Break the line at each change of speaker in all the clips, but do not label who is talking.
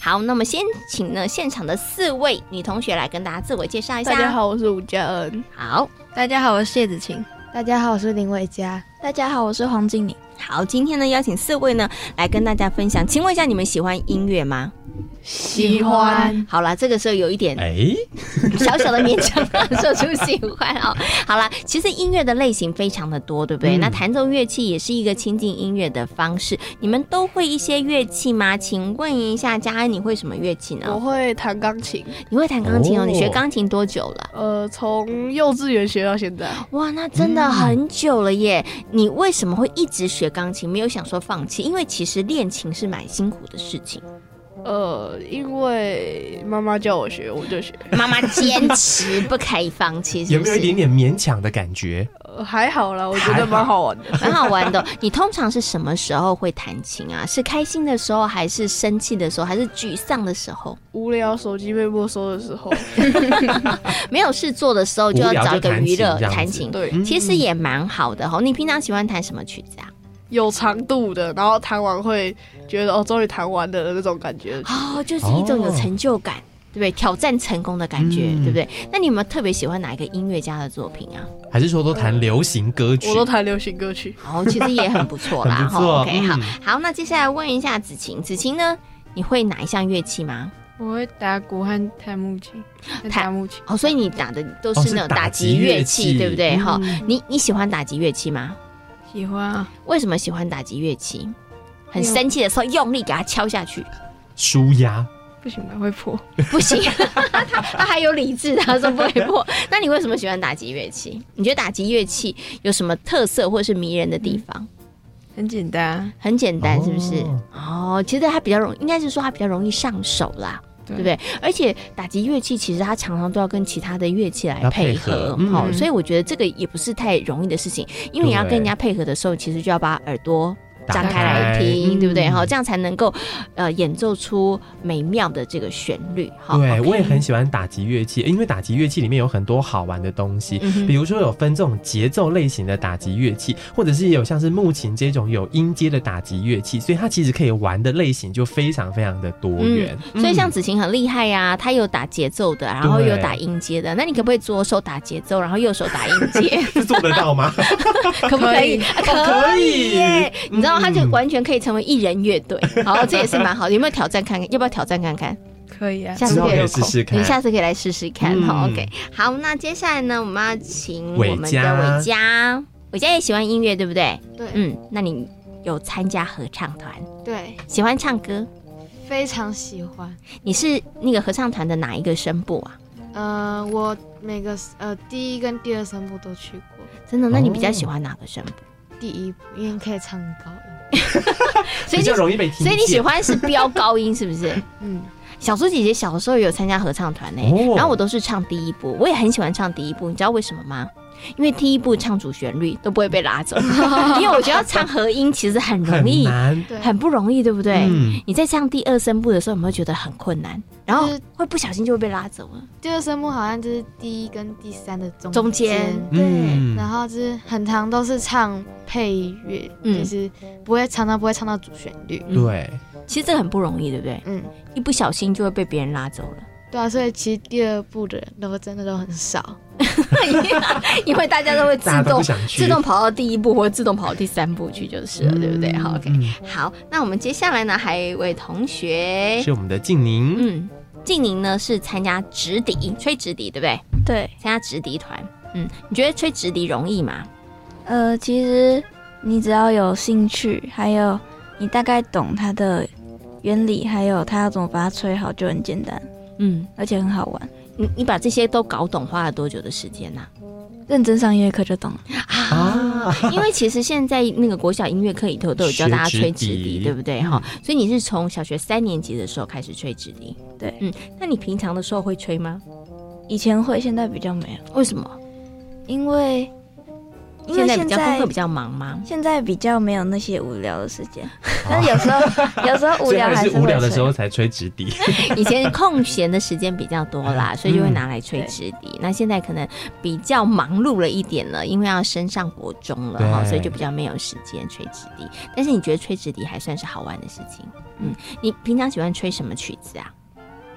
好，那么先请呢现场的四位女同学来跟大家自我介绍一下。
大家，好，我是吴佳恩。
好，
大家好，我是谢子晴。
大家好，我是林伟嘉。
大家好，我是黄静宁。
好，今天呢邀请四位呢来跟大家分享。请问一下，你们喜欢音乐吗？
喜欢
好啦，这个时候有一点
哎，
小小的勉强说出喜 欢哦。好啦，其实音乐的类型非常的多，对不对？
嗯
那弹奏乐器也是一个亲近音乐的方式。你们都会一些乐器吗？请问一下，佳恩，你会什么乐器
我
呢？
会弹钢琴，
你会弹钢琴哦？
哦
你学钢琴多久了？
呃，从幼稚园学到现在。
哇，那真的很久了耶！你为什么会一直学钢琴，没有想说放弃？因为其实练琴是蛮辛苦的事情，
呃，因为妈妈叫我学，我就学。
妈妈坚持不可以放弃，是
有
不
没有一
是？
点点勉强的感觉？
呃，还好啦，我觉得蛮好玩的。
蛮好玩的。你通常是什么时候会弹琴啊？是开心的时候，还是生气的时候，还是沮丧的时候？
无聊，手机被没收的时 候，
没有事做的时候，就要
无聊就
找一个娱乐
弹琴这样子
弹琴。
对，
其实也蛮好的哈。你平常喜欢弹什么曲子啊？
有长度的，然后弹完会觉得哦，终于弹完了的那种感觉。
哦，就是一种有成就感，对不对？挑战成功的感觉，
嗯
对不对？那你有没有特别喜欢哪一个音乐家的作品啊？
还是说都弹流行歌曲
我？都弹流行歌曲，
哦，其实也很不错啦，
很不错
OK，好
嗯，
好，那接下来问一下子晴，子晴呢，你会哪一项乐器吗？
我会打鼓和弹木琴，
弹
木琴。
哦，所以你打的都
哦
是
是
那种
打
打
击
击乐
乐
器，
器
对不对？哈、
嗯
你你喜欢打击乐器吗？
喜欢啊，
为什么喜欢打击乐器？很
因为
生气的时候用力给它敲下去，
舒压，
不行吧，会破。
不行， 他他还有理智，他说不会破。那你为什么喜欢打击乐器？你觉得打击乐器有什么特色或是迷人的地方？
嗯
很简单啊，
很简单，是不是？
哦
哦，其实它比较容，应该是说它比较容易上手啦。
对
对不对？而且打击乐器其实它常常都要跟其他的乐器来
要
配
配
合
合，嗯
好、所以我觉得这个也不是太容易的事情，因为你要跟人家配合的时候，其实就要把耳朵张开来
嗯
听，对不对？好、这样才能够呃演奏出美妙的这个旋律，哈、
对，
OK
我也很喜欢打击乐器，因为打击乐器里面有很多好玩的东西，
嗯哼
比如说有分这种节奏类型的打击乐器，或者是有像是木琴这种有音阶的打击乐器，所以它其实可以玩的类型就非常非常的多元。
所 以像
嗯
子晴很厉害呀、她有打节奏的，然后
对
有打音阶的。那你可不可以左手打节奏，然后右手打音 阶？
这做得 到吗？
可不可以？啊可
可
以
以
耶！你知道，他就
嗯
完全可以成为一人乐 队，好，这也是蛮好的。有没有挑战看看？要不要挑战看看？
可以啊
下次
之后
可以
可以试试看
你下次可以来试试看。
嗯
好，OK。好，那接下来呢，我们要请
伟
我们
嘉
的伟嘉，伟嘉也喜欢音乐，对不对？
对
嗯，那你有参加合唱团，
对，
喜欢唱歌？
非常喜欢。
你是那个合唱团的哪一个声部啊？
呃，我每个呃第一跟第二声部都去过，
真的？那你比较
哦
喜欢哪个声部？
第一部因为可以唱高音，
所以你
比较容易被听见。
所以你喜欢是飙高音，是不是？
嗯，
小猪姐姐小时候有参加合唱团呢、
哦
然后我都是唱第一部，我也很喜欢唱第一部，你知道为什么吗？因为第一部唱主旋律都不会被拉 走，因为我觉得唱和音其实很容
很
易，
难，
对，
很不容易，对不对？
嗯，
你在唱第二声部的时候，有没有觉得很困难？然后
就是嗯
会不小心就会被拉走了，
第二声部好像就是第一跟第三的中
中间
间。
对
嗯
然后就是很长都是唱配乐，
嗯
就是不会常常不会唱到主旋律，
对，
其实这个很不容易，对不对？
嗯，
一不小心就会被别人拉走了。
对啊，所以其实第二部的人都真的都很少，
因为大家都会自
大家都
动
不想去
自动跑到第一步，或自动跑到第三步去就是了，对不对？好，OK，、
嗯
好，那我们接下来呢，还有一位同学，
是我们的静宁，
嗯，静宁呢是参加直笛，吹直笛，对不对？
对，
参加直笛团，嗯，你觉得吹直笛容易吗？
呃，其实你只要有兴趣，还有你大概懂它的原理，还有它要怎么把它吹好，就很简单，
嗯，
而且很好玩。
你你把这些都搞懂花了多久的时间呢、
认真上音乐课就懂了。
啊，因为其实现在那个国小音乐课里头都有教大家吹直
学直笛嗯
笛，对不对哈？所以你是从小学三年级的时候开始吹直笛，
对
嗯，那你平常的时候会吹吗？
以前会，现在比较没有，
为什么？
因为因
现
为
在比
现
较功课
在
比较忙吗？
现在比较没有那些无聊的时间，但是有时候有时候无
所以
聊
还
还
是
会
无聊的
吹
时候才吹直笛。
以前空闲的时间比较多啦，所以就会拿来吹
对
嗯
直笛。那现在可能比较忙碌了一点了，因为要升上国中了哈，
对
所以就比较没有时间吹直笛。但是你觉得吹直笛还算是好玩的事情？嗯，你平常喜欢吹什么曲子啊？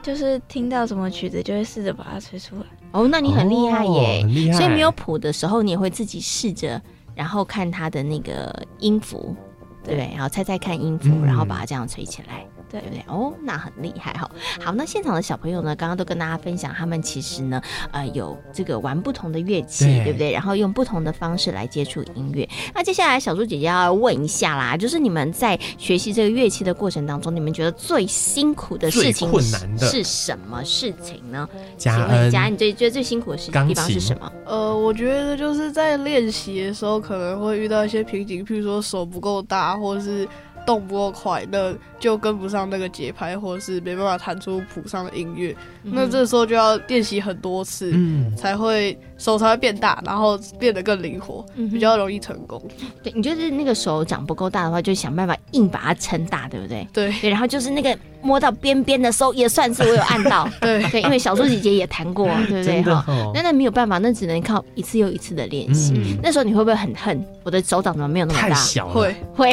就是听到什么曲子就会试着把它吹出来。
哦，那你很厉害耶，
哦很厉害
所以没有谱的时候，你也会自己试着，然后看它的那个音符，对不对？然后猜猜看音符，
嗯
然后把它这样吹起来。
对
对不对？哦，那很厉害哈、
嗯
好，那现场的小朋友呢，刚刚都跟大家分享，他们其实呢，呃，有这个玩不同的乐器，
对
对不对？然后用不同的方式来接触音乐。那接下来小猪姐姐要问一下啦，就是你们在学习这个乐器的过程当中，你们觉得最辛苦的事情
最困难的
是什么事情呢？
嘉
请问
恩，
佳，你最觉得最辛苦的事
钢
地方是
琴
什么？
呃，我觉得就是在练习的时候可能会遇到一些瓶颈，譬如说手不够大，或者是动不够快，那就跟不上那个节拍，或者是没办法弹出谱上的音乐。
嗯
那这时候就要练习很多次，
嗯，
才会手才会变大，然后变得更灵活，
嗯
比较容易成功。
对你就是那个手掌不够大的话，就想办法硬把它撑大，对不对？
对。
对，然后就是那个摸到边边的时候，也算是我有按到
对，
对，因为小猪姐姐也弹过，对不对？
真的
哈，
哦
那那没有办法，那只能靠一次又一次的练习。
嗯
那时候你会不会很恨我的手掌怎么没有那么
太
大？
小了，
会
会，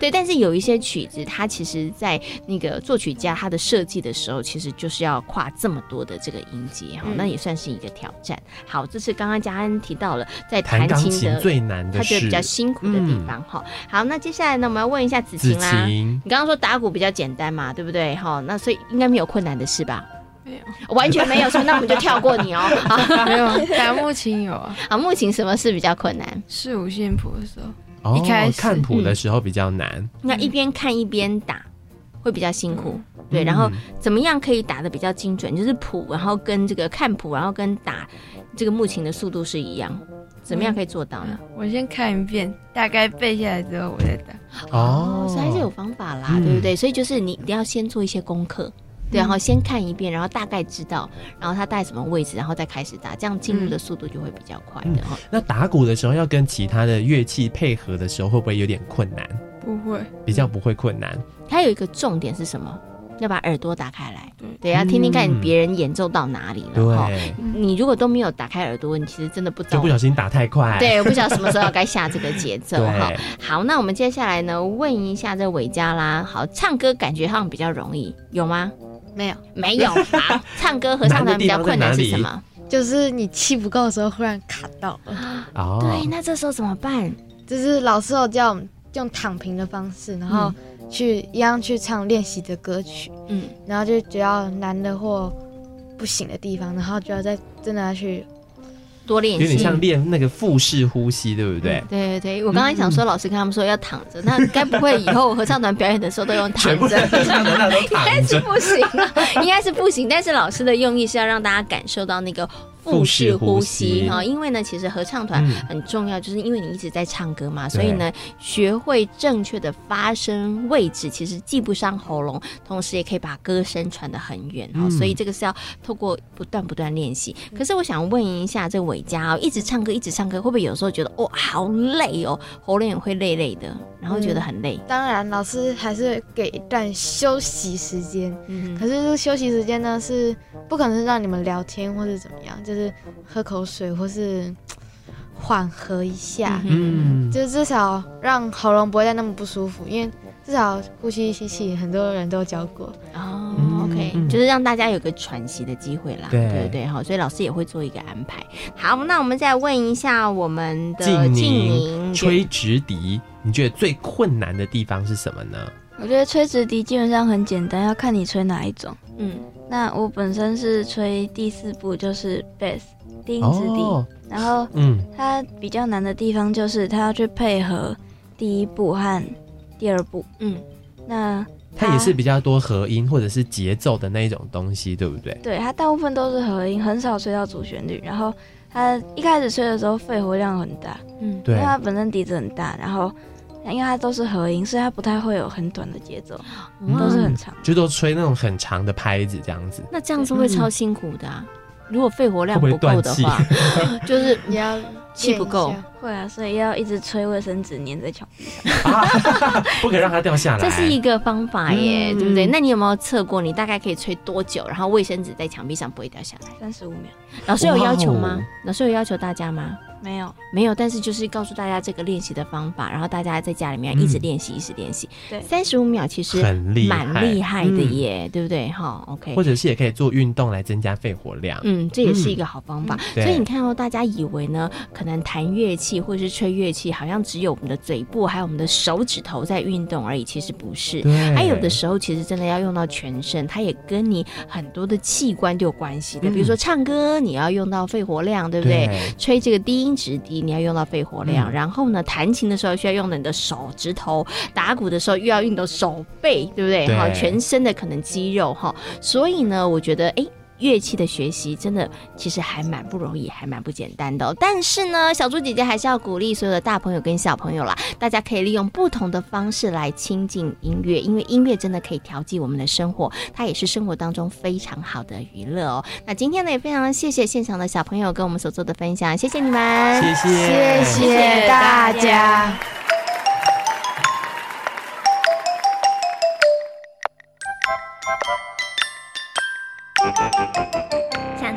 对，但是有一些曲子，它其实，在那个作曲家他的设计的时候，其实就是要跨这么多的这个音节哈、
嗯
那也算是一个挑战。好，这是刚刚佳恩提到了在
弹
弹
钢
琴
琴
的，
最难的
他觉得比
是
较辛苦的地方哈、好，那接下来呢，我们要问一下子
子
晴啦。
琴，
你刚刚说打鼓比较简单嘛，对不对？哈，那所以应该没有困难的事吧？
没有，
完全没有，所以那我们就跳过 你哦。好，
没有打木琴有啊，嗯
好，木琴什么事比较困难？
是五线谱的时候，
哦
一开，始
看谱的时候比较难，
那一边看一边打，会比较辛苦。嗯对，然
嗯
后
嗯
怎么样可以打的比较精准？就是谱，然后跟这个看谱，然后跟打这个木琴的速度是一样。怎
嗯
么样可以做到呢？
我先看一遍，大概背下来之后我再打。
哦，
所以还是有方法啦，
嗯
对不对？所以就是你一定要先做一些功课。对，然后先看一遍，然后大概知道，然后它在什么位置，然后再开始打，这样进入的速度就会比较快
嗯
的哦哈。
那打鼓的时候要跟其他的乐器配合的时候，会不会有点困难？
不会，
比较不会困难，
它有一个重点是什么？要把耳朵打开来，
对
对，要听听看
嗯
别人演奏到哪里了哈。
对，
你如果都没有打开耳朵，你其实真的不知
就
道
不。小心打太快，
对，不知道什么时候该下这个节奏哈
对。，
好，那我们接下来呢，问一下这伟嘉啦。好，唱歌感觉好像比较容易，有吗？
没有，
没有吧？唱歌合唱团比较困难是什 么？
就是你气不够的时候忽然卡到了，
哦，
对，那这时候怎么办？
就是老师有叫我们用躺平的方式，然后去、一样去唱练习的歌曲，
嗯，
然后就只要难的或不行的地方，然后就要再真的要去
多练
有点
习。
像练那个腹式呼吸，对不对？
对对对，我刚刚想说，老师跟他们说要躺着，那该不会以后合唱团表演的时候都用 躺
全部
着？
在上的那都躺
但是
着，
不行啊，应该是不行。但是老师的用意是要让大家感受到那个腹式呼
腹式呼
吸
吸
啊、因为呢，其实合唱团
嗯
很重要，就是因为你一直在唱歌嘛，
对
所以呢，学会正确的发声位置，其实既不伤喉咙，同时也可以把歌声传得很远啊、
嗯
所以这个是要透过不断不断练习。可是我想问一下，这伟嘉哦，一直唱歌一直唱歌，会不会有时候觉得哦好累哦，喉咙也会累累的，然后觉
嗯
得很累？
当然，老师还是会给一段休息时间。
嗯
可是这个休息时间呢，是不可能是让你们聊天或是怎么样，就是喝口水或是缓和一下，
嗯，
就是至少让喉咙不会再那么不舒服，因为至少呼吸吸气，很多人都教过。
哦、
嗯
o k
嗯
就是让大家有个喘息的机会啦，
对
对不对？好，所以老师也会做一个安排。好，那我们再问一下我们的
静
宁
宁吹直笛，你觉得最困难的地方是什么呢？
我觉得吹直笛基本上很简单，要看你吹哪一种。
嗯，
那我本身是吹第四部，就是 bass 低音直笛，
哦，
然后
嗯，
它比较难的地方就是它要去配合第一部和第二部。
嗯，
那
它也是比较多合音或者是节奏的那一种东西，对不对？
对，它大部分都是合音，很少吹到主旋律。然后他一开始吹的时候肺活量很大，
嗯，
因
对
为，他本身笛子很大，然后因为它都是合音，所以它不太会有很短的节奏，
嗯
都是很长。
就都吹那种很长的拍子这样子。
那这样子会超辛苦的、啊。如果肺活量
嗯会不
不够
会断
的 话，就是
也要
嗯气不够
练一下，
会啊，所以要一直吹卫生纸粘在墙壁。
啊不可以让它掉下来。
这是一个方法耶，对不对？
嗯
那你有没有测过你大概可以吹多久，然后卫生纸在墙壁上不会掉下来？
三十五秒
老师有要求吗
哇哦？
老师有要求大家吗？
没有，
没有，但是就是告诉大家这个练习的方法，然后大家在家里面一直
嗯
练习，一直练习。
对
三十五秒其实
很厉害嗯
蛮厉害的耶，对不对？哈，OK，
或者是也可以做运动来增加肺活量。
嗯，这也是一个好方法。
对
所以你看到、哦、大家以为呢，可能弹乐器或是吹乐器，好像只有我们的嘴部还有我们的手指头在运动而已，其实不是。
对，
还有的时候，其实真的要用到全身，它也跟你很多的器官都有关系的。
嗯
比如说唱歌，你要用到肺活量，对不对？
对
吹这个低音直笛，你要用到肺活量。
嗯
然后呢，弹琴的时候需要用到你的手指头，打鼓的时候又要运动手背，对不对？
对
好，全身的可能肌肉哈。所以呢，我觉得诶，乐器的学习真的其实还蛮不容易，还蛮不简单的哦、但是呢，小猪姐姐还是要鼓励所有的大朋友跟小朋友啦，大家可以利用不同的方式来亲近音乐，因为音乐真的可以调剂我们的生活，它也是生活当中非常好的娱乐哦。那今天呢，也非常谢谢现场的小朋友跟我们所做的分享，谢谢你们，
谢谢
谢谢大家。
想